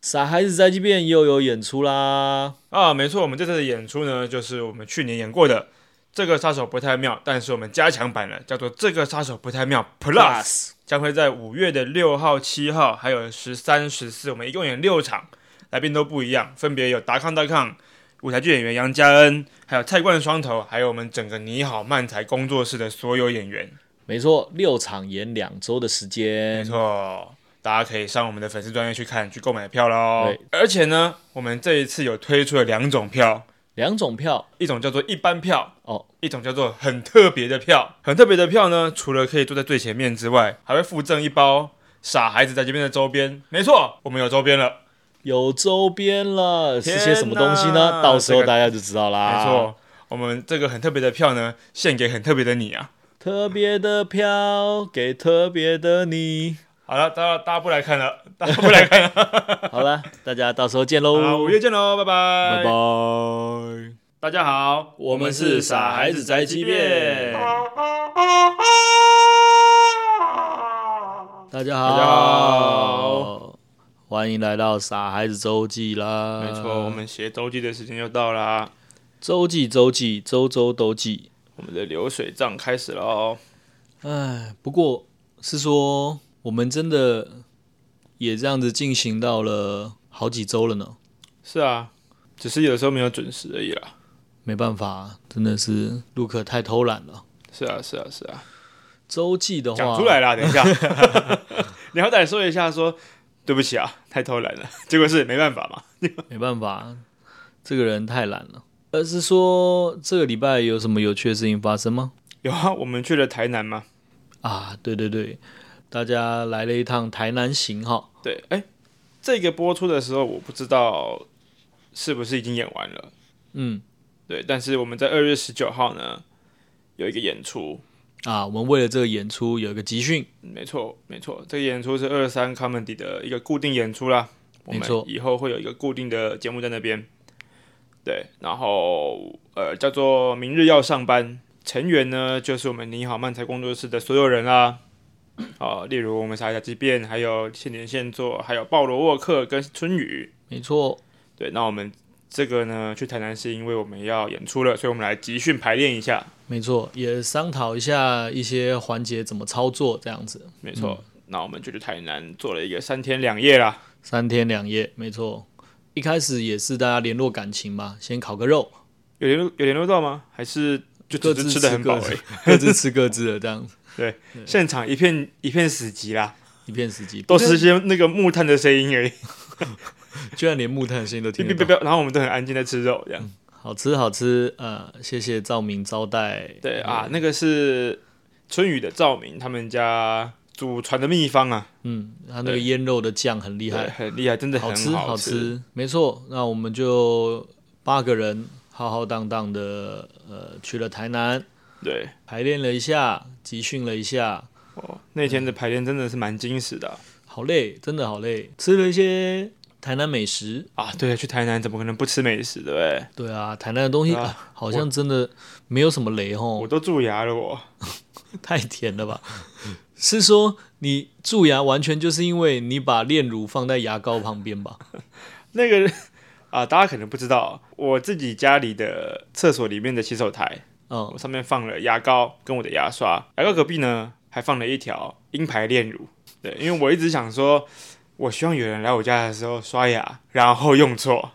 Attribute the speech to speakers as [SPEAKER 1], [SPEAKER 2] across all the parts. [SPEAKER 1] 傻孩子宅急便又有演出啦！
[SPEAKER 2] 啊，没错，我们这次的演出呢，就是我们去年演过的《这个杀手不太妙》，但是我们加强版了，叫做《这个杀手不太妙 Plus》，将会在五月的六号、七号，还有十三、十四，我们一共演六场，来宾都不一样，分别有达康、达康、舞台剧演员杨佳恩，还有蔡冠双头，还有我们整个你好漫才工作室的所有演员。
[SPEAKER 1] 没错，六场演两周的时
[SPEAKER 2] 没
[SPEAKER 1] 间，
[SPEAKER 2] 错，大家可以上我们的粉丝专页去看，去购买票喽
[SPEAKER 1] 对。
[SPEAKER 2] 而且呢，我们这一次有推出了两种票，
[SPEAKER 1] 两种票
[SPEAKER 2] 一种叫做一般票，
[SPEAKER 1] 哦，
[SPEAKER 2] 一种叫做很特别的票。很特别的票呢，除了可以坐在最前面之外，还会附赠一包傻孩子在这边的周边。没错，我们有周边了，
[SPEAKER 1] 有周边了，是
[SPEAKER 2] 天
[SPEAKER 1] 些什么东西呢？
[SPEAKER 2] 哪
[SPEAKER 1] 到时候
[SPEAKER 2] 这个
[SPEAKER 1] 大家就知道啦。
[SPEAKER 2] 没错。我们这个很特别的票呢，献给很特别的你啊！
[SPEAKER 1] 特别的票给特别的你。
[SPEAKER 2] 好了，大家大家不来看了，大家不来看了。
[SPEAKER 1] 好 了，大家到时候见
[SPEAKER 2] 好，
[SPEAKER 1] 喽
[SPEAKER 2] 五，月见喽，拜拜。
[SPEAKER 1] 拜拜。
[SPEAKER 2] 大家好，
[SPEAKER 1] 我们是傻孩子宅急便大家好，
[SPEAKER 2] 大家好
[SPEAKER 1] 欢迎来到傻孩子周记啦。
[SPEAKER 2] 没错，我们写周记的时间又到啦，
[SPEAKER 1] 周记周记周周都记。
[SPEAKER 2] 我们的流水账开始喽。
[SPEAKER 1] 哎，不过是说我们真的也这样子进行到了好几周了呢。
[SPEAKER 2] 是啊，只是有时候没有准时而已啦。
[SPEAKER 1] 没办法，真的是陆可太偷懒了。
[SPEAKER 2] 是啊，是啊，是啊，
[SPEAKER 1] 周记的话，
[SPEAKER 2] 讲出来啦，等一下， 你好歹说一下说对不起啊，太偷懒了。结果是没办法嘛，
[SPEAKER 1] 没办法，这个人太懒了。而是说这个礼拜有什么有趣的事情发生吗？
[SPEAKER 2] 有啊，我们去了台南嘛，
[SPEAKER 1] 啊，对对对，大家来了一趟台南行哈。
[SPEAKER 2] 对，哎、这个播出的时候我不知道是不是已经演完了，
[SPEAKER 1] 嗯，
[SPEAKER 2] 对，但是我们在二月十九号呢有一个演出，
[SPEAKER 1] 啊，我们为了这个演出有一个集训，
[SPEAKER 2] 没错，没错，这个演出是二三 comedy 的一个固定演出啦。我
[SPEAKER 1] 没
[SPEAKER 2] 们
[SPEAKER 1] 错
[SPEAKER 2] 以后会有一个固定的节目在那边。对，然后呃，叫做明日要上班，成员呢就是我们你好漫才工作室的所有人啦。啊、例如我们傻傻之变，还有现年现做，还有鲍罗沃克跟春雨。
[SPEAKER 1] 没错，
[SPEAKER 2] 对，那我们这个呢去台南是因为我们要演出了，所以我们来集训排练一下。
[SPEAKER 1] 没错，也商讨一下一些环节怎么操作，这样子，
[SPEAKER 2] 没错，
[SPEAKER 1] 嗯
[SPEAKER 2] 那我们就去台南做了一个三天两夜啦。
[SPEAKER 1] 三天两夜，没错。一开始也是大家联络感情嘛，先烤个肉，
[SPEAKER 2] 有联络有联络到吗？还是就
[SPEAKER 1] 各
[SPEAKER 2] 只
[SPEAKER 1] 自
[SPEAKER 2] 是吃的很饱
[SPEAKER 1] 各
[SPEAKER 2] 而
[SPEAKER 1] 自
[SPEAKER 2] 已？
[SPEAKER 1] 各自吃各自的这样子，
[SPEAKER 2] 现场一片一片死寂啦，
[SPEAKER 1] 一片死寂，
[SPEAKER 2] 都是一些那个木炭的声音 而已。
[SPEAKER 1] 居然连木炭的声音都
[SPEAKER 2] 哔
[SPEAKER 1] 听
[SPEAKER 2] 哔
[SPEAKER 1] 得
[SPEAKER 2] 哔
[SPEAKER 1] 到。
[SPEAKER 2] 哔，然后我们都很安静在吃肉这样。
[SPEAKER 1] 好吃好吃，呃，谢谢照明招待。
[SPEAKER 2] 对啊，那个是春雨的照明他们家祖传的秘方啊，
[SPEAKER 1] 嗯，他那个
[SPEAKER 2] 对
[SPEAKER 1] 腌肉的酱很厉
[SPEAKER 2] 对，
[SPEAKER 1] 害，
[SPEAKER 2] 很厉害，真的很
[SPEAKER 1] 吃好
[SPEAKER 2] 吃。
[SPEAKER 1] 吃，没错。那我们就八个人浩浩荡荡的呃去了台南，
[SPEAKER 2] 对，
[SPEAKER 1] 排练了一下，集训了一下，
[SPEAKER 2] 哦，那天的排练真的是蛮惊喜的啊
[SPEAKER 1] 好累，真的好累，吃了一些台南美食。
[SPEAKER 2] 啊。对，去台南怎么可能不吃美食，对不对？
[SPEAKER 1] 对啊，台南的东西、
[SPEAKER 2] 啊
[SPEAKER 1] 啊好像真的没有什么雷
[SPEAKER 2] 我
[SPEAKER 1] 吼，
[SPEAKER 2] 都蛀牙了，我。
[SPEAKER 1] 太甜了吧？是说你蛀牙完全就是因为你把炼乳放在牙膏旁边吧？
[SPEAKER 2] 那个 啊，大家可能不知道，我自己家里的厕所里面的洗手台，
[SPEAKER 1] 嗯
[SPEAKER 2] 我，上面放了牙膏跟我的牙刷，牙膏隔壁呢还放了一条鹰牌炼乳。对，因为我一直想说，我希望有人来我家的时候刷牙，然后用错。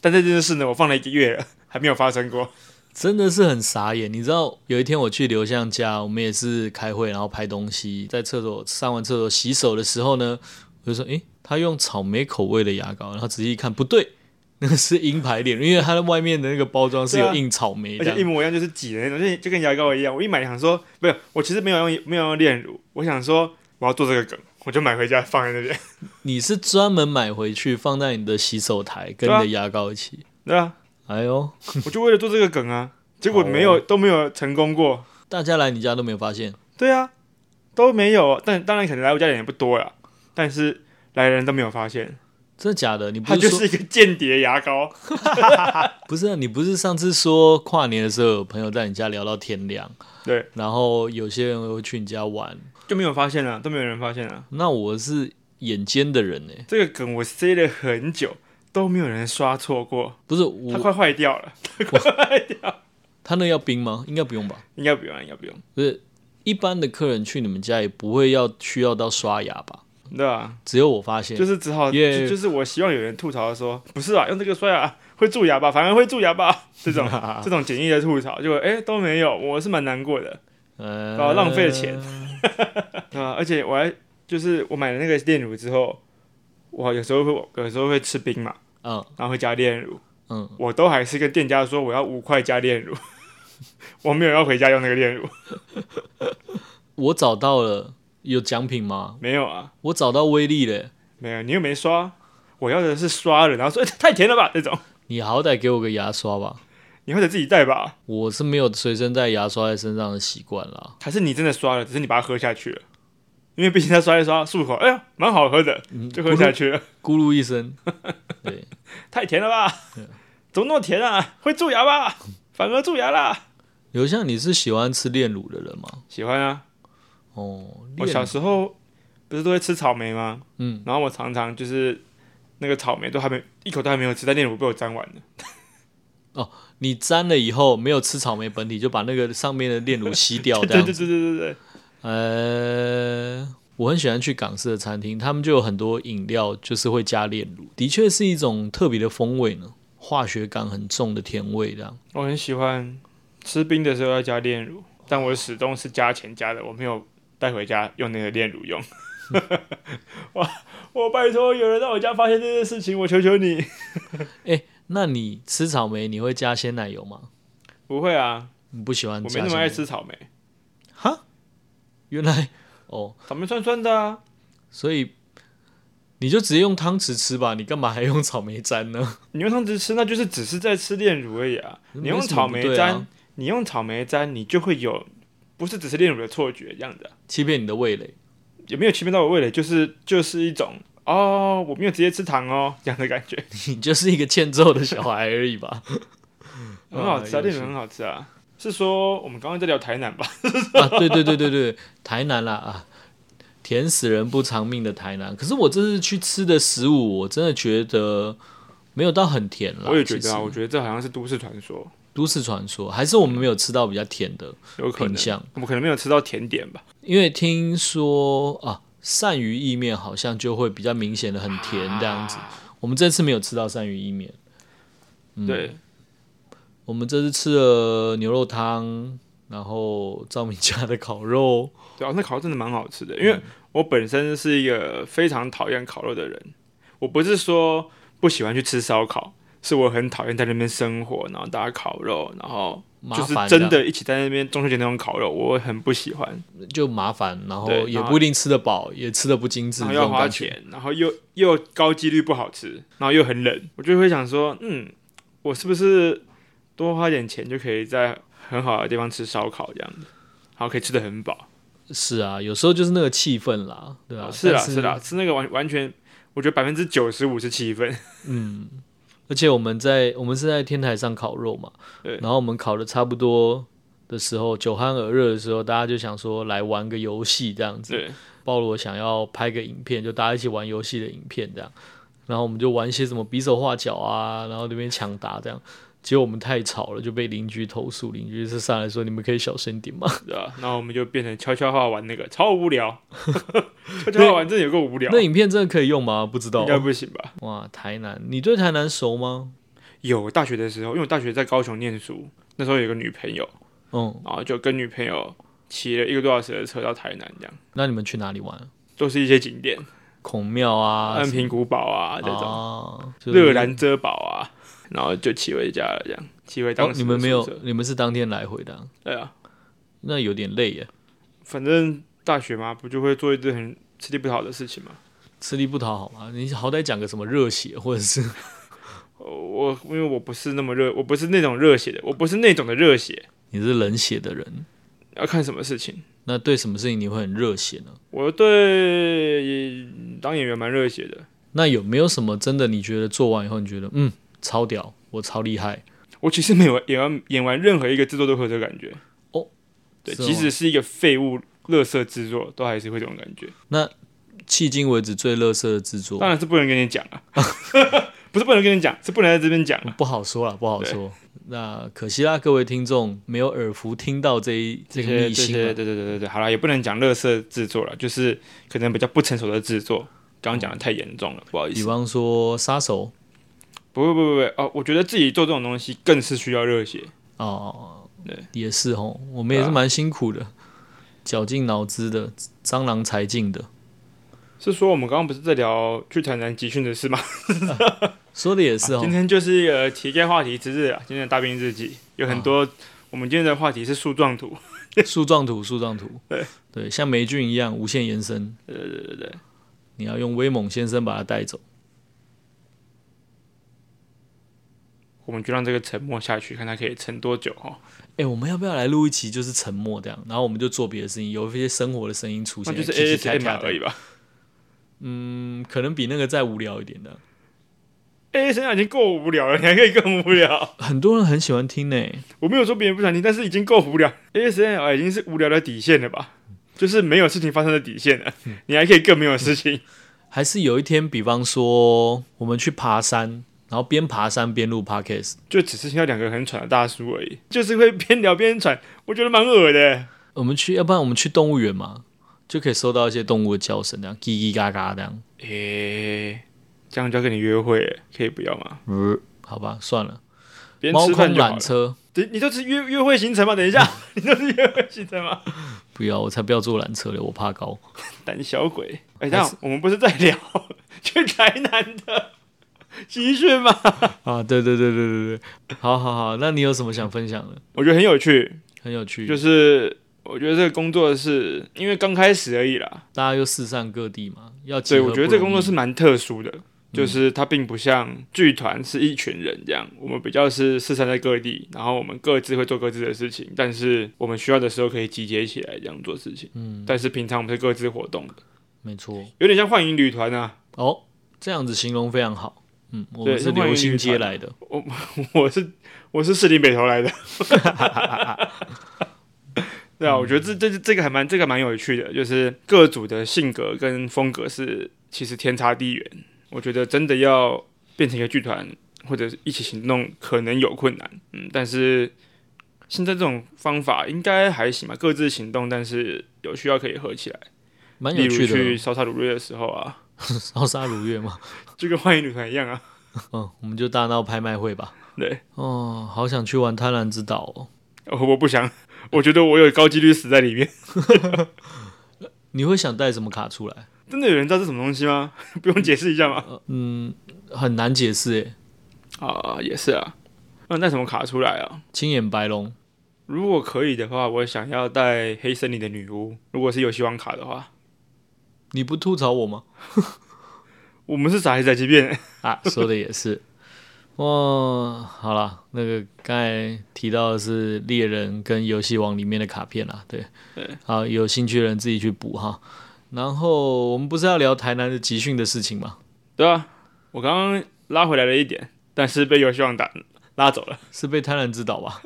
[SPEAKER 2] 但这件事呢，我放了一个月了，还没有发生过。
[SPEAKER 1] 真的是很傻眼。你知道有一天我去刘向家，我们也是开会，然后拍东西，在厕所上完厕所洗手的时候呢，我就说，诶，他用草莓口味的牙膏，然后仔细一看，不对，那个是鹰牌脸，因为它的外面的那个包装是
[SPEAKER 2] 对
[SPEAKER 1] 有
[SPEAKER 2] 啊
[SPEAKER 1] 印草莓
[SPEAKER 2] 而
[SPEAKER 1] 的
[SPEAKER 2] 且一。模一样，就是挤的那种，就就跟牙膏一样。我一买想说，没有，我其实没有用没有用炼乳，我想说我要做这个梗，我就买回家放在那边。
[SPEAKER 1] 你是专门买回去放在你的洗手台，跟你
[SPEAKER 2] 对啊
[SPEAKER 1] 的牙膏一起。
[SPEAKER 2] 对啊，
[SPEAKER 1] 哎呦，
[SPEAKER 2] 我就为了做这个梗啊，结果没有、
[SPEAKER 1] 好
[SPEAKER 2] 都没有成功过。
[SPEAKER 1] 大家来你家都没有发现，
[SPEAKER 2] 对啊，都没有。但当然可能来我家的人也不多啦，但是来的人都没有发现，
[SPEAKER 1] 真的假的？你不
[SPEAKER 2] 它
[SPEAKER 1] 是
[SPEAKER 2] 就
[SPEAKER 1] 说
[SPEAKER 2] 是一个间谍牙膏。
[SPEAKER 1] 不是、啊？你不是上次说跨年的时候有朋友在你家聊到天亮，
[SPEAKER 2] 对，
[SPEAKER 1] 然后有些人会去你家玩，
[SPEAKER 2] 就没有发现啊，都没有人发现啊。
[SPEAKER 1] 那我是眼尖的人呢、
[SPEAKER 2] 这个梗我塞了很久，都没有人刷错过，
[SPEAKER 1] 不是
[SPEAKER 2] 它
[SPEAKER 1] 我，
[SPEAKER 2] 快坏掉了，
[SPEAKER 1] 他那要冰吗？应该不用吧？
[SPEAKER 2] 应该不用，应该不用，
[SPEAKER 1] 不是一般的客人去你们家也不会要需要到刷牙吧？
[SPEAKER 2] 对啊，
[SPEAKER 1] 只有我发现，
[SPEAKER 2] 就是只好
[SPEAKER 1] 耶
[SPEAKER 2] 就就是我希望有人吐槽说，不是啊，用这个刷牙会蛀牙吧，反而会蛀牙吧，这 种这种简易的吐槽，就哎、都没有，我是蛮难过的，
[SPEAKER 1] 呃，
[SPEAKER 2] 啊浪费钱。 对啊，而且我还就是我买了那个炼乳之后，我有时候会有时候会吃冰嘛，
[SPEAKER 1] 嗯
[SPEAKER 2] 然后会加炼乳，
[SPEAKER 1] 嗯，
[SPEAKER 2] 我都还是跟店家说我要五块加炼乳， 我没有要回家用那个炼乳，
[SPEAKER 1] 我找到了，有奖品吗？
[SPEAKER 2] 没有啊，
[SPEAKER 1] 我找到威力了，
[SPEAKER 2] 没有，你又没刷，我要的是刷了，然后说、哎太甜了吧这种，
[SPEAKER 1] 你好歹给我个牙刷吧。
[SPEAKER 2] 你或者自己带吧，
[SPEAKER 1] 我是没有随身带牙刷在身上的习惯啦。
[SPEAKER 2] 还是你真的刷了，只是你把它喝下去了。因为毕竟它刷一刷漱口，哎呀，蛮好喝的，就喝下去了。
[SPEAKER 1] 咕噜一 声，对，
[SPEAKER 2] 太甜了吧？
[SPEAKER 1] 嗯
[SPEAKER 2] 怎么那么甜啊？会蛀牙吧？反而蛀牙啦。
[SPEAKER 1] 刘向，你是喜欢吃炼乳的人吗？
[SPEAKER 2] 喜欢啊，
[SPEAKER 1] 哦，
[SPEAKER 2] 我
[SPEAKER 1] 炼
[SPEAKER 2] 小时候不是都会吃草莓吗？
[SPEAKER 1] 嗯，
[SPEAKER 2] 然后我常常就是那个草莓都还没一口都还没有吃，但炼乳被我沾完了。
[SPEAKER 1] 你沾了以后没有吃草莓本体，就把那个上面的炼乳吸掉，
[SPEAKER 2] 对
[SPEAKER 1] 哦这
[SPEAKER 2] 对
[SPEAKER 1] 样
[SPEAKER 2] 对
[SPEAKER 1] 子。
[SPEAKER 2] 对对对
[SPEAKER 1] 呃，我很喜欢去港式的餐厅，他们就有很多饮料就是会加炼乳，的确是一种特别的风味呢，化学感很重的甜味这样。
[SPEAKER 2] 我很喜欢吃冰的时候要加炼乳，但我始终是加钱加的，我没有带回家用那个炼 乳用。哇！我拜托有人在我家发现这件事情，我求求你！
[SPEAKER 1] 那你吃草莓你会加鲜奶油吗？
[SPEAKER 2] 不会啊，
[SPEAKER 1] 你不喜欢
[SPEAKER 2] 我
[SPEAKER 1] 加鲜
[SPEAKER 2] 没那
[SPEAKER 1] 奶油？
[SPEAKER 2] 么爱吃草莓，
[SPEAKER 1] 哈，原来哦，
[SPEAKER 2] 草莓酸酸的啊，
[SPEAKER 1] 所以你就直接用汤匙吃吧，你干嘛还用草莓沾呢？
[SPEAKER 2] 你用汤匙吃，那就是只是在吃炼乳而已啊。你用
[SPEAKER 1] 没什么
[SPEAKER 2] 草莓
[SPEAKER 1] 不对啊
[SPEAKER 2] 沾，你用草莓沾，你就会有不是只是炼乳的错觉这样子、啊，
[SPEAKER 1] 欺骗你的味蕾。
[SPEAKER 2] 也没有欺骗到我味蕾，就是就是一种哦，我没有直接吃糖哦这样的 感觉，
[SPEAKER 1] 你就是一个欠揍的小孩而已吧？
[SPEAKER 2] 很好吃啊，
[SPEAKER 1] 啊
[SPEAKER 2] 炼乳很好吃啊。是说我们刚刚在聊台南吧？
[SPEAKER 1] 啊，对对对对对，台南啦啊，甜死人不偿命的台南。可是我这次去吃的食物，我真的觉得没有到很甜啦。
[SPEAKER 2] 我也觉
[SPEAKER 1] 其
[SPEAKER 2] 得
[SPEAKER 1] 实
[SPEAKER 2] 啊，我觉得这好像是都市传说，
[SPEAKER 1] 都市传说还是我们没有吃到比较甜的
[SPEAKER 2] 有可
[SPEAKER 1] 品
[SPEAKER 2] 能
[SPEAKER 1] 相，
[SPEAKER 2] 我们可能没有吃到甜点吧？
[SPEAKER 1] 因为听说啊，鳝鱼意面好像就会比较明显的很甜这样子。
[SPEAKER 2] 啊
[SPEAKER 1] 我们这次没有吃到鳝鱼意面，嗯
[SPEAKER 2] 对，
[SPEAKER 1] 我们这次吃了牛肉汤，然后赵明家的烤肉，
[SPEAKER 2] 对啊，那烤肉真的蛮好吃的，因
[SPEAKER 1] 嗯
[SPEAKER 2] 为我本身是一个非常讨厌烤肉的人。我不是说不喜欢去吃烧烤，是我很讨厌在那边生活，然后大家烤肉，然后
[SPEAKER 1] 麻
[SPEAKER 2] 就是
[SPEAKER 1] 烦
[SPEAKER 2] 真
[SPEAKER 1] 这样
[SPEAKER 2] 的一起在那边中秋节那种烤肉，我很不喜欢，
[SPEAKER 1] 就麻烦，然后
[SPEAKER 2] 对
[SPEAKER 1] 也
[SPEAKER 2] 然后
[SPEAKER 1] 不一定吃得饱，也吃得不精致，
[SPEAKER 2] 然后
[SPEAKER 1] 这
[SPEAKER 2] 要
[SPEAKER 1] 种
[SPEAKER 2] 花
[SPEAKER 1] 感觉。
[SPEAKER 2] 钱，然后又又高几率不好吃，然后又很冷，我就会想说，嗯，我是不是多花点钱就可以在很好的地方吃烧烤这样子，然后可以吃的很饱。
[SPEAKER 1] 是啊，有时候就是那个气氛啦，对啊，
[SPEAKER 2] 哦是啦
[SPEAKER 1] 但
[SPEAKER 2] 是啦，，吃那个完完全，我觉得百分之九十五是气 氛。
[SPEAKER 1] 而且我们在我们是在天台上烤肉嘛，
[SPEAKER 2] 对
[SPEAKER 1] 然后我们烤的差不多的时候，酒酣耳热的时候，大家就想说来玩个游戏这样子。
[SPEAKER 2] 对，
[SPEAKER 1] 鲍罗想要拍个影片，就大家一起玩游戏的影片这样，然后我们就玩一些什么比手画脚啊，然后那边抢答这样。结果我们太吵了，就被邻居投诉，邻居是上来说你们可以小声点吗？
[SPEAKER 2] 对啊，然后我们就变成悄悄话玩那个，超无 聊。悄悄话玩真的有够无聊
[SPEAKER 1] 那，影片真的可以用吗？不知道
[SPEAKER 2] 应。该不行吧？
[SPEAKER 1] 哇，台南，你对台南熟吗？
[SPEAKER 2] 有我大学的时候，因为我大学在高雄念书，那时候有个女朋友，
[SPEAKER 1] 嗯，
[SPEAKER 2] 然后就跟女朋友骑了一个多小时的车到台南，这样
[SPEAKER 1] 那你们去哪里玩？
[SPEAKER 2] 都是一些景点，
[SPEAKER 1] 孔庙啊，
[SPEAKER 2] 安平古堡啊这种，
[SPEAKER 1] 啊，就是
[SPEAKER 2] 热兰遮堡啊，然后就骑回家了，这样骑回当
[SPEAKER 1] 哦，你
[SPEAKER 2] 时的
[SPEAKER 1] 们没有
[SPEAKER 2] 宿舍，
[SPEAKER 1] 你们是当天来回的啊，
[SPEAKER 2] 对啊，
[SPEAKER 1] 那有点累耶，
[SPEAKER 2] 反正大学嘛，不就会做一堆很吃力不讨好的事情嘛。
[SPEAKER 1] 吃力不讨好嘛。你好歹讲个什么热血，或者是
[SPEAKER 2] 呃我因为我不是那么热，我不是那种热血的，我不是那种的热血，
[SPEAKER 1] 你是冷血的人，
[SPEAKER 2] 要看什么事情。
[SPEAKER 1] 那对什么事情你会很热血呢？
[SPEAKER 2] 我对当演员蛮热血的。
[SPEAKER 1] 那有没有什么真的你觉得做完以后你觉得嗯超屌，我超厉害？
[SPEAKER 2] 我其实没有演完演完任何一个制作都会有这个感觉。
[SPEAKER 1] 哦，
[SPEAKER 2] 对，
[SPEAKER 1] 是吗哦
[SPEAKER 2] 即使是一个废物、垃圾制作，都还是会这种感觉。
[SPEAKER 1] 迄今为止最乐色的制作
[SPEAKER 2] 当，然是不能跟你讲啊， 不是不能跟你讲，是不能在这边讲啊。
[SPEAKER 1] 不好说了，不好说。那可惜啦，各位听众没有耳福听到这一这
[SPEAKER 2] 这
[SPEAKER 1] 个
[SPEAKER 2] 些
[SPEAKER 1] 秘
[SPEAKER 2] 这
[SPEAKER 1] 辛
[SPEAKER 2] 些，
[SPEAKER 1] 了。
[SPEAKER 2] 对对对对对，好了，也不能讲乐色制作了，就是可能比较不成熟的制作。刚刚讲的太严重了，不好意
[SPEAKER 1] 比
[SPEAKER 2] 思。
[SPEAKER 1] 方说杀手
[SPEAKER 2] 不不不不不哦，我觉得自己做这种东西更是需要热血。
[SPEAKER 1] 哦，
[SPEAKER 2] 对，啊
[SPEAKER 1] 也是哦，我们也是蛮辛苦的，绞尽脑汁的，蟑螂才尽的，
[SPEAKER 2] 是说我们刚刚不是在聊去台南集训的事吗？
[SPEAKER 1] 说的也是哦
[SPEAKER 2] 啊今。天就是一个题干话题之日啊，今天的大兵日记有很
[SPEAKER 1] 哦
[SPEAKER 2] 多。我们今天的话题是树状图，
[SPEAKER 1] 树状图，树状图，对，像霉菌一样无限延伸。对对对对，你要用威猛先生把它带走。
[SPEAKER 2] 我们就让这个沉默下去，看它可以沉多久哈、哦。
[SPEAKER 1] 哎、我们要不要来录一期就是沉默这样？然后我们就做别的事情，有一些生活的声音出
[SPEAKER 2] 那
[SPEAKER 1] 现，
[SPEAKER 2] 就是
[SPEAKER 1] 叽叽咔
[SPEAKER 2] ASMR
[SPEAKER 1] 咔的
[SPEAKER 2] 而已吧
[SPEAKER 1] 嗯，可能比那个再无聊一点的。
[SPEAKER 2] ，ASMR 已经够无聊了，你还可以更无聊。
[SPEAKER 1] 很多人很喜欢听呢、
[SPEAKER 2] 我没有说别人不想听，但是已经够无聊，ASMR 已经是无聊的底线了吧？就是没有事情发生的底线了，
[SPEAKER 1] 嗯
[SPEAKER 2] 你还可以更没有事情。
[SPEAKER 1] 还是有一天，比方说我们去爬山，然后边爬山边录 podcast，
[SPEAKER 2] 就只是听到两个很喘的大叔而已，就是会边聊边喘，我觉得蛮 恶的。
[SPEAKER 1] 我们去，要不然我们去动物园嘛，就可以收到一些动物的叫声，这样叽叽嘎嘎这样。
[SPEAKER 2] 诶、这样就要跟你约会，可以不要吗？
[SPEAKER 1] 呃好吧，算了。
[SPEAKER 2] 边
[SPEAKER 1] 猫
[SPEAKER 2] 吃
[SPEAKER 1] 空
[SPEAKER 2] 饭就好
[SPEAKER 1] 缆
[SPEAKER 2] 了。
[SPEAKER 1] 车，
[SPEAKER 2] 你你都是约约会行程吗？等一下， 你都是约会行程吗？
[SPEAKER 1] 不要，我才不要坐缆车嘞，我怕高。
[SPEAKER 2] 胆小鬼！哎、这样我们不是在聊 去台南的 集训吗？
[SPEAKER 1] 啊，对对对对对对，好好好，那你有什么想分享的？
[SPEAKER 2] 我觉得很有趣，
[SPEAKER 1] 很有趣，
[SPEAKER 2] 就是我觉得这个工作是因为刚开始而已啦，
[SPEAKER 1] 大家又四散各地嘛，要结
[SPEAKER 2] 对，
[SPEAKER 1] 合
[SPEAKER 2] 我觉得这个
[SPEAKER 1] 不
[SPEAKER 2] 工
[SPEAKER 1] 容易
[SPEAKER 2] 作
[SPEAKER 1] 嗯
[SPEAKER 2] 是蛮特殊的，就是它并不像剧团是一群人这样，我们比较是四散在各地，然后我们各自会做各自的事情，但是我们需要的时候可以集结起来这样做事情。嗯，但是平常我们是各自活动的，
[SPEAKER 1] 没错
[SPEAKER 2] 有点像幻影旅团啊。
[SPEAKER 1] 哦，这样子形容非常好。嗯，我们
[SPEAKER 2] 对
[SPEAKER 1] 是
[SPEAKER 2] 是欢迎
[SPEAKER 1] 流星
[SPEAKER 2] 旅
[SPEAKER 1] 街
[SPEAKER 2] 团
[SPEAKER 1] 来的，
[SPEAKER 2] 我是我是士林北投来的。对啊，我觉得这
[SPEAKER 1] 嗯
[SPEAKER 2] 这这个还蛮这个蛮有趣的，就是各组的性格跟风格是其实天差地远。我觉得真的要变成一个剧团或者是一起行动，可能有困难。嗯，但是现在这种方法应该还行吧，各自行动，但是有需要可以合起来。
[SPEAKER 1] 蛮
[SPEAKER 2] 例
[SPEAKER 1] 有
[SPEAKER 2] 如
[SPEAKER 1] 趣
[SPEAKER 2] 去
[SPEAKER 1] 的。哦
[SPEAKER 2] 烧杀掳掠的时候啊，
[SPEAKER 1] 烧杀如月嘛，
[SPEAKER 2] 就跟幻影女团一样啊。
[SPEAKER 1] 嗯，我们就大闹拍卖会吧。
[SPEAKER 2] 对，
[SPEAKER 1] 哦，好想去玩贪婪之岛哦。
[SPEAKER 2] 我我不想，我觉得我有高几率死在里面。
[SPEAKER 1] 你会想带什么卡出来？
[SPEAKER 2] 真的有人知道这什么东西吗？ 不用解释一下吗？
[SPEAKER 1] 很难解释诶，
[SPEAKER 2] 嗯啊，也是啊。那带什么卡出来啊？
[SPEAKER 1] 青眼白龙
[SPEAKER 2] 如果可以的话，我想要带黑森林的女巫。如果是游戏王卡的话，
[SPEAKER 1] 你不吐槽我吗？
[SPEAKER 2] 我们是傻孩子在欺骗、
[SPEAKER 1] 啊，说的也是。哦，好了，那个刚才提到的是猎人跟游戏王里面的卡片啦，对，好，有兴趣的人自己去补哈。然后我们不是要聊台南的集训的事情吗？
[SPEAKER 2] 对啊，我刚刚拉回来了一点，但是被游戏王打拉走了。
[SPEAKER 1] 是被贪婪之岛吧？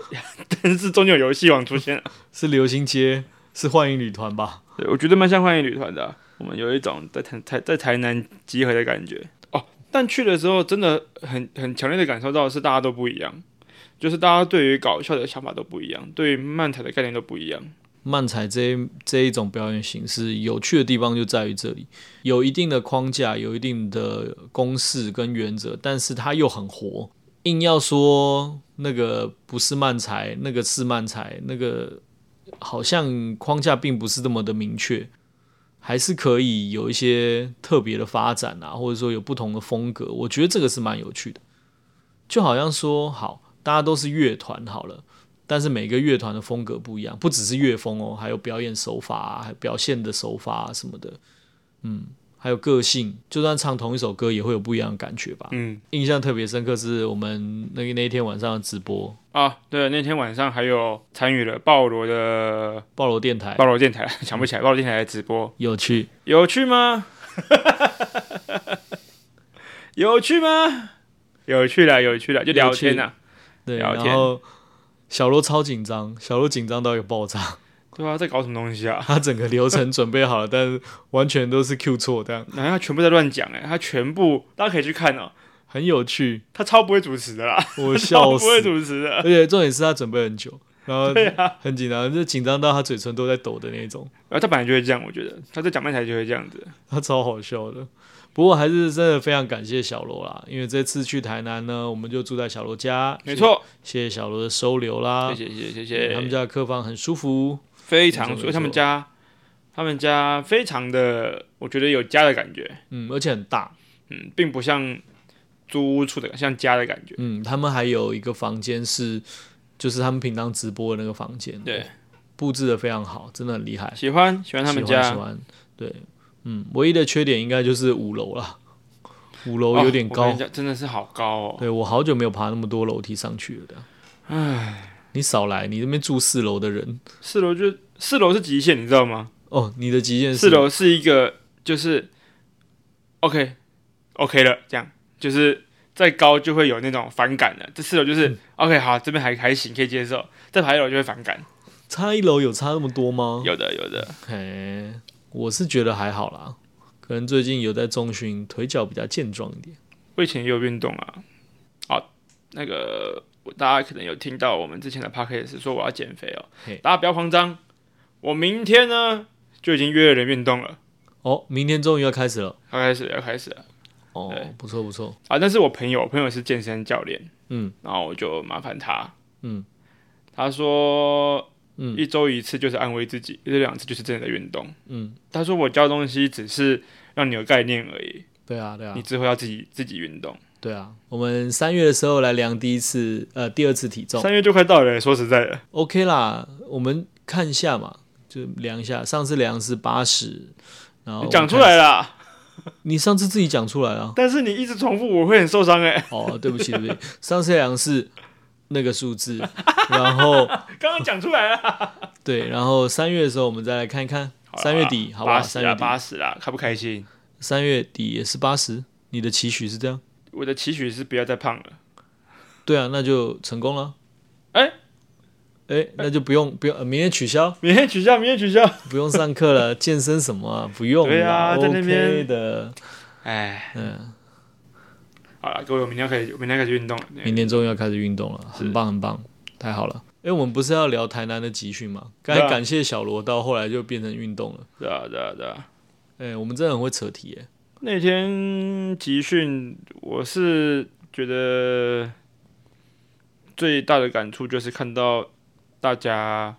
[SPEAKER 2] 但是终究有游戏王出现了。
[SPEAKER 1] 是流星街？是幻影旅团吧？
[SPEAKER 2] 对，我觉得蛮像幻影旅团的啊、我们有一种在台台在台南集合的感觉哦。但去的时候，真的很很强烈的感受到是大家都不一样，就是大家对于搞笑的想法都不一样，对于漫才的概念都不一样。
[SPEAKER 1] 漫才这一这一种表演形式，有趣的地方就在于这里，有一定的框架，有一定的公式跟原则，但是它又很活。硬要说那个不是漫才，那个是漫才，那个好像框架并不是这么的明确，还是可以有一些特别的发展啊，或者说有不同的风格，我觉得这个是蛮有趣的。就好像说，好，大家都是乐团好了。但是每个乐团的风格不一样，不只是乐风哦，还有表演手法、啊、还有表现的手法、啊、什么的，嗯，还有个性。就算唱同一首歌，也会有不一样的感觉吧。
[SPEAKER 2] 嗯
[SPEAKER 1] 印象特别深刻是我们那个那一天晚上的直播，
[SPEAKER 2] 啊，对，那天晚上还有参与了鲍罗的
[SPEAKER 1] 暴罗电台
[SPEAKER 2] 鲍罗电台，想不起来鲍罗电台的直播，
[SPEAKER 1] 有趣，
[SPEAKER 2] 有趣吗？ 有趣吗？有趣啦，有趣啦，就聊天呐、啊
[SPEAKER 1] 对，
[SPEAKER 2] 聊
[SPEAKER 1] 然
[SPEAKER 2] 天
[SPEAKER 1] 后小罗超紧张，小罗紧张到一个爆炸，
[SPEAKER 2] 对啊，在搞什么东西啊？
[SPEAKER 1] 他整个流程准备好了，但是完全都是 Q 错，这样
[SPEAKER 2] 然后他全部在乱讲哎，他全部大家可以去看哦，
[SPEAKER 1] 很有趣，
[SPEAKER 2] 他超不会主持的啦，
[SPEAKER 1] 我
[SPEAKER 2] 超
[SPEAKER 1] 笑
[SPEAKER 2] 不
[SPEAKER 1] 死。
[SPEAKER 2] 会主持的
[SPEAKER 1] 而。且重点是他准备很久，然后
[SPEAKER 2] 对啊，
[SPEAKER 1] 很紧张，就紧张到他嘴唇都在抖的那种，
[SPEAKER 2] 然后他本来就会这样，我觉得他在讲半台就会这样子。
[SPEAKER 1] 他超好笑的。不过还是真的非常感谢小罗啦，因为这次去台南呢，我们就住在小罗家，
[SPEAKER 2] 没，错，
[SPEAKER 1] 谢谢小罗的收留啦，
[SPEAKER 2] 谢谢谢谢
[SPEAKER 1] 嗯
[SPEAKER 2] 谢
[SPEAKER 1] 他们
[SPEAKER 2] 谢，
[SPEAKER 1] 家的客房很舒服，
[SPEAKER 2] 非
[SPEAKER 1] 没
[SPEAKER 2] 常
[SPEAKER 1] 错
[SPEAKER 2] 所以
[SPEAKER 1] 没
[SPEAKER 2] 他们
[SPEAKER 1] 错
[SPEAKER 2] 家他们家非常的，我觉得有家的感觉，
[SPEAKER 1] 嗯，而且很大，
[SPEAKER 2] 嗯，并不像租屋处的像家的感觉。
[SPEAKER 1] 嗯，他们还有一个房间是，就是他们平常直播的那个房间，
[SPEAKER 2] 对，
[SPEAKER 1] 布置的非常好，真的很厉害，
[SPEAKER 2] 喜欢喜欢他们
[SPEAKER 1] 喜欢
[SPEAKER 2] 家
[SPEAKER 1] 喜，欢，对，嗯，唯一的缺点应该就是五楼啦，五楼有点
[SPEAKER 2] 哦
[SPEAKER 1] 高，
[SPEAKER 2] 我跟你讲真的是好高哦。
[SPEAKER 1] 对我好久没有爬那么多楼梯上去了的。唉，你少来，你那边住四楼的人
[SPEAKER 2] 四楼就四楼是极限，你知道吗？
[SPEAKER 1] 哦，你的极限是
[SPEAKER 2] 四楼是一个就是 OK OK 了，这样就是再高就会有那种反感了。这四楼
[SPEAKER 1] 嗯
[SPEAKER 2] 就是、OK 好，这边还还行，可以接受，再爬一楼就会反感。
[SPEAKER 1] 差一楼有差那么多吗？
[SPEAKER 2] 有的有的，
[SPEAKER 1] 嘿，我是觉得还好啦，可能最近有在中旬，腿脚比较健壮一点。
[SPEAKER 2] 我以前也有运动啊。好，那个我大家可能有听到我们之前的 p a c k a g e 说我要减肥哦
[SPEAKER 1] 嘿，
[SPEAKER 2] 大家不要慌张，我明天呢就已经约了人运动了，
[SPEAKER 1] 哦，明天终于要开始了
[SPEAKER 2] 要开始了要开始了。
[SPEAKER 1] 哦
[SPEAKER 2] 对，
[SPEAKER 1] 不错不错，
[SPEAKER 2] 啊，但是我朋友，我朋友是健身教练，
[SPEAKER 1] 嗯，
[SPEAKER 2] 然后我就麻烦他，
[SPEAKER 1] 嗯，
[SPEAKER 2] 他说，
[SPEAKER 1] 嗯
[SPEAKER 2] 一周一次就是安慰自己，一周两次就是真的运动。
[SPEAKER 1] 嗯，
[SPEAKER 2] 他说我教东西只是让你有概念而已，
[SPEAKER 1] 对啊对啊
[SPEAKER 2] 你之后要自己自己运动。
[SPEAKER 1] 对啊，我们三月的时候来量第一次呃第二次体重
[SPEAKER 2] 三月就快到了，说实在的，
[SPEAKER 1] ，OK 啦，我们看一下嘛，就量一下，上次量是八十，然后
[SPEAKER 2] 你讲出
[SPEAKER 1] 哦我们看，
[SPEAKER 2] 来啦，
[SPEAKER 1] 你上次自己讲出来啊。
[SPEAKER 2] 但是你一直重复，我会很受伤哎、
[SPEAKER 1] 哦，对不起，对不起，上次量是那个数字，然后
[SPEAKER 2] 刚刚讲出来了，
[SPEAKER 1] 对，然后三月的时候我们再来看一看， 三月底好吧，
[SPEAKER 2] 啊八十
[SPEAKER 1] 三
[SPEAKER 2] 啦，
[SPEAKER 1] 月底
[SPEAKER 2] 八十啦，开不开心？
[SPEAKER 1] 三月底也是八十，你的期许是这样，
[SPEAKER 2] 我的期许是不要再胖了。
[SPEAKER 1] 对啊，那就成功了，
[SPEAKER 2] 哎
[SPEAKER 1] 哎，那就不用不用、呃明天取消，
[SPEAKER 2] 明天取消，明天取消。
[SPEAKER 1] 不用上课 了，健身什么啊，不用啦
[SPEAKER 2] 对啊在那
[SPEAKER 1] OK
[SPEAKER 2] 边
[SPEAKER 1] 的，
[SPEAKER 2] 哎，
[SPEAKER 1] 嗯，
[SPEAKER 2] 好了，各位，我明天要开始，我明天要开始运动了。
[SPEAKER 1] 明天终于要开始运动了，很棒很棒，太好了。哎，我们不是要聊台南的集训吗？刚
[SPEAKER 2] 对
[SPEAKER 1] 才
[SPEAKER 2] 啊
[SPEAKER 1] 感谢小罗，到后来就变成运动了。
[SPEAKER 2] 对啊，对啊，对啊。
[SPEAKER 1] 哎，我们真的很会扯题哎。
[SPEAKER 2] 那天集训，我是觉得最大的感触就是看到大家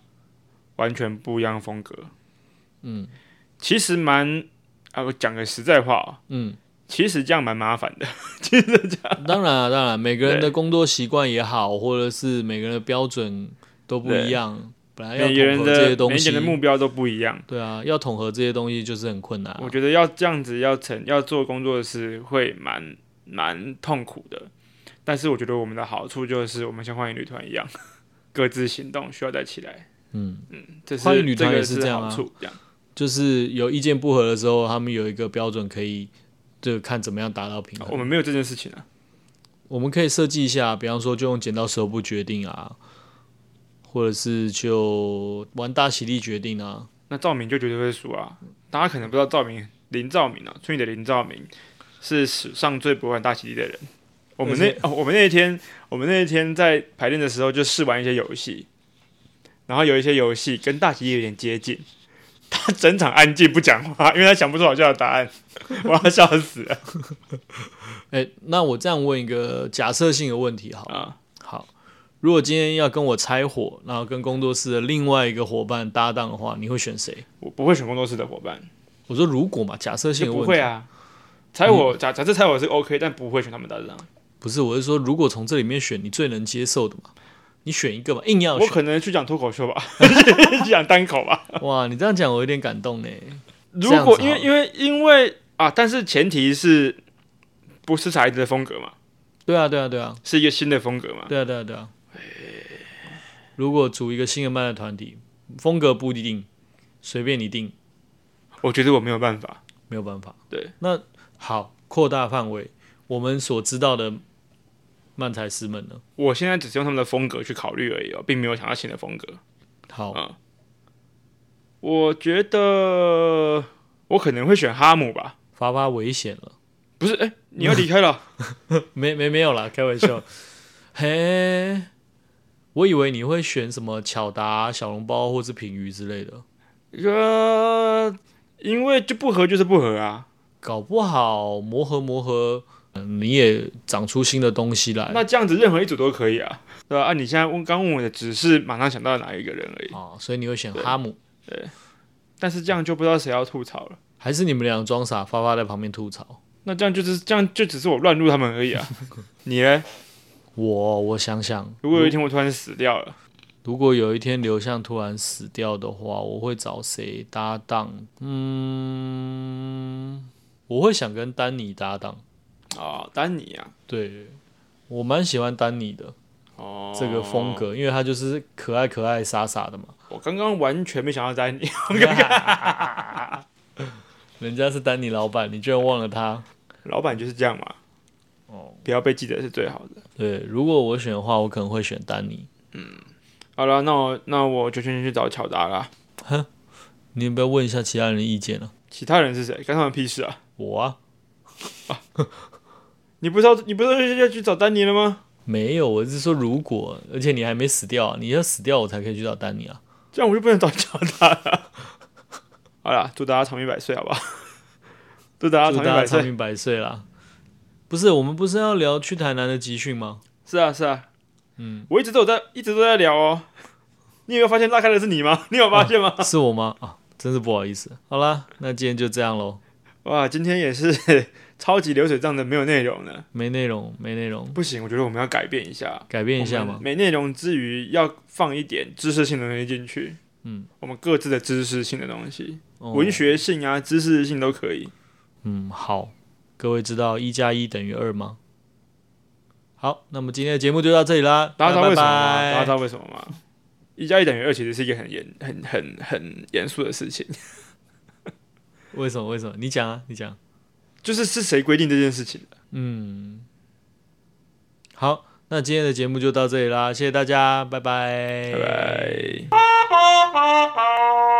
[SPEAKER 2] 完全不一样的风格。
[SPEAKER 1] 嗯
[SPEAKER 2] 其实蛮啊，我讲个实在话、哦，
[SPEAKER 1] 嗯，
[SPEAKER 2] 其实这样蛮麻烦的。
[SPEAKER 1] 当然啊，当然，每个人
[SPEAKER 2] 对
[SPEAKER 1] 的工作习惯也好，或者是每个人的标准都不一样，本来要
[SPEAKER 2] 每个人
[SPEAKER 1] 统合这些
[SPEAKER 2] 的
[SPEAKER 1] 东
[SPEAKER 2] 每个
[SPEAKER 1] 西
[SPEAKER 2] 人的，目标都不一样。
[SPEAKER 1] 对啊，要统合这些东西就是很困难啊、
[SPEAKER 2] 我觉得要这样子要成要做工作是会蛮蛮痛苦的，但是我觉得我们的好处就是我们像幻影旅团一样， 各自行动，需要再起来。
[SPEAKER 1] 嗯，
[SPEAKER 2] 这是
[SPEAKER 1] 欢迎旅
[SPEAKER 2] 这
[SPEAKER 1] 团
[SPEAKER 2] 个
[SPEAKER 1] 也是这样啊
[SPEAKER 2] 好处这样
[SPEAKER 1] 就是有意见不合的时候，他们有一个标准可以。就看怎么样达到平衡。
[SPEAKER 2] 我们没有这件事情啊，
[SPEAKER 1] 我们可以设计一下，比方说就用剪刀石头布决定啊，或者是就玩大喜力决定啊。
[SPEAKER 2] 那赵明就绝对会输啊。大家可能不知道赵明林兆明啊，村里的林兆明是史上最不玩大喜力的人。我们那
[SPEAKER 1] 而且
[SPEAKER 2] 哦，我们那一天，我们那一天在排练的时候就试玩一些游戏，然后有一些游戏跟大喜力有点接近。他整场安静不讲话，因为他想不出好笑的答案， 我要笑死了
[SPEAKER 1] 哎、那我这样问一个假设性的问题好了
[SPEAKER 2] 啊！
[SPEAKER 1] 好，如果今天要跟我拆伙，然后跟工作室的另外一个伙伴搭档的话，你会选谁？
[SPEAKER 2] 我不会选工作室的伙伴，
[SPEAKER 1] 我说如果嘛，假设性
[SPEAKER 2] 就
[SPEAKER 1] 的
[SPEAKER 2] 不
[SPEAKER 1] 问
[SPEAKER 2] 会
[SPEAKER 1] 题，嗯
[SPEAKER 2] 啊。猜我假假设猜我是 OK，但不会选他们搭档。
[SPEAKER 1] 不是，我是说如果从这里面选你最能接受的嘛，你选一个嘛，硬要
[SPEAKER 2] 我
[SPEAKER 1] 哦选，
[SPEAKER 2] 可能去讲脱口秀吧， 去讲单口吧。
[SPEAKER 1] 哇，你这样讲我有点感动呢。
[SPEAKER 2] 如
[SPEAKER 1] 这样子
[SPEAKER 2] 果
[SPEAKER 1] 好了
[SPEAKER 2] 因为因为因为啊，但是前提是不是傻孩子的风格嘛，
[SPEAKER 1] 对啊，对啊，对啊，
[SPEAKER 2] 是一个新的风格嘛。
[SPEAKER 1] 对啊，对啊，对啊。如果组一个新的漫的团体，风格不一定，随便你定，
[SPEAKER 2] 我觉得我没有办法。
[SPEAKER 1] 没有办法。
[SPEAKER 2] 对，
[SPEAKER 1] 那好，扩大范围，我们所知道的漫才师们呢？
[SPEAKER 2] 我现在只是用他们的风格去考虑而已哦，并没有想要新的风格。
[SPEAKER 1] 好，
[SPEAKER 2] 嗯我觉得我可能会选哈姆吧。
[SPEAKER 1] 发发危险了。
[SPEAKER 2] 不是，哎、你要离开了？
[SPEAKER 1] 没没没有啦，开玩 笑。嘿，我以为你会选什么巧达、小笼包或是品鱼之类的，
[SPEAKER 2] 呃，因为就不合就是不合啊。
[SPEAKER 1] 搞不好磨合磨合，嗯你也长出新的东西来。
[SPEAKER 2] 那这样子任何一组都可以啊，对吧、啊？你现在问刚问我的，只是马上想到哪一个人而已。
[SPEAKER 1] 啊，所以你会选哈姆，
[SPEAKER 2] 但是这样就不知道谁要吐槽了。
[SPEAKER 1] 还是你们俩装傻，发发在旁边吐槽？
[SPEAKER 2] 那这样就是这样，就只是我乱入他们而 已啊。你呢？
[SPEAKER 1] 我我想想，
[SPEAKER 2] 如果有一天我突然死掉了，
[SPEAKER 1] 如果有一天刘向突然死掉的话，我会找谁搭档？嗯，我会想跟丹尼搭档。
[SPEAKER 2] 哦，丹尼啊，
[SPEAKER 1] 对，我蛮喜欢丹尼的
[SPEAKER 2] 哦，
[SPEAKER 1] 这个风。格，因为他就是可爱可爱、傻傻的嘛。
[SPEAKER 2] 我刚刚完全没想到丹尼，
[SPEAKER 1] 人家是丹尼老板，你居然忘了他。
[SPEAKER 2] 老板就是这样嘛。
[SPEAKER 1] 哦，
[SPEAKER 2] 不要被记得是最好的。
[SPEAKER 1] 对，如果我选的话，我可能会选丹尼。
[SPEAKER 2] 好了，那我那我就先去找巧达啦。
[SPEAKER 1] 你有没有问一下其他人的意见呢、
[SPEAKER 2] 其他人是谁？干他们屁事啊！
[SPEAKER 1] 我啊，
[SPEAKER 2] 你不知道你不是要去找丹尼了吗？
[SPEAKER 1] 没有，我是说如果，而且你还没死掉、啊，你要死掉我才可以去找丹尼啊。
[SPEAKER 2] 这样我就不能找乔达了。 好啦，祝大家长命百岁，好不 好？祝大家
[SPEAKER 1] 祝
[SPEAKER 2] 啊长
[SPEAKER 1] 大
[SPEAKER 2] 命
[SPEAKER 1] 家
[SPEAKER 2] 百
[SPEAKER 1] 长
[SPEAKER 2] 岁。
[SPEAKER 1] 命百岁啦！不是，我们不是要聊去台南的集训 吗？
[SPEAKER 2] 是啊，是啊，
[SPEAKER 1] 嗯，
[SPEAKER 2] 我一直都有在，一直都在聊哦。你有没有发现拉开的是你吗？你有发现吗？
[SPEAKER 1] 是我吗？啊，真是不好意思。好啦，那今天就这样喽，
[SPEAKER 2] 哇，今天也是 超级流水账的，没有内容呢。
[SPEAKER 1] 没内容，没内容，
[SPEAKER 2] 不行，我觉得我们要改变一下，
[SPEAKER 1] 改变一下
[SPEAKER 2] 我
[SPEAKER 1] 嘛
[SPEAKER 2] 们。没内容之余，要放一点知识性的东西进去。
[SPEAKER 1] 嗯，
[SPEAKER 2] 我们各自的知识性的东西，
[SPEAKER 1] 哦
[SPEAKER 2] 文学性啊，知识性都可以。
[SPEAKER 1] 嗯，好，各位知道一加一等于二吗？好，那么今天的节目就到这里啦，
[SPEAKER 2] 大家
[SPEAKER 1] 拜
[SPEAKER 2] 知道为什么吗？大家
[SPEAKER 1] 拜
[SPEAKER 2] 知道为什么吗？一加一等于二其实是一个很严、很、很、很严肃的事情，
[SPEAKER 1] 为什么？为什么？你讲啊，你讲。
[SPEAKER 2] 就是是谁规定这件事情的？
[SPEAKER 1] 嗯，好，那今天的节目就到这里啦，谢谢大家，拜拜，
[SPEAKER 2] 拜拜。
[SPEAKER 3] Bye.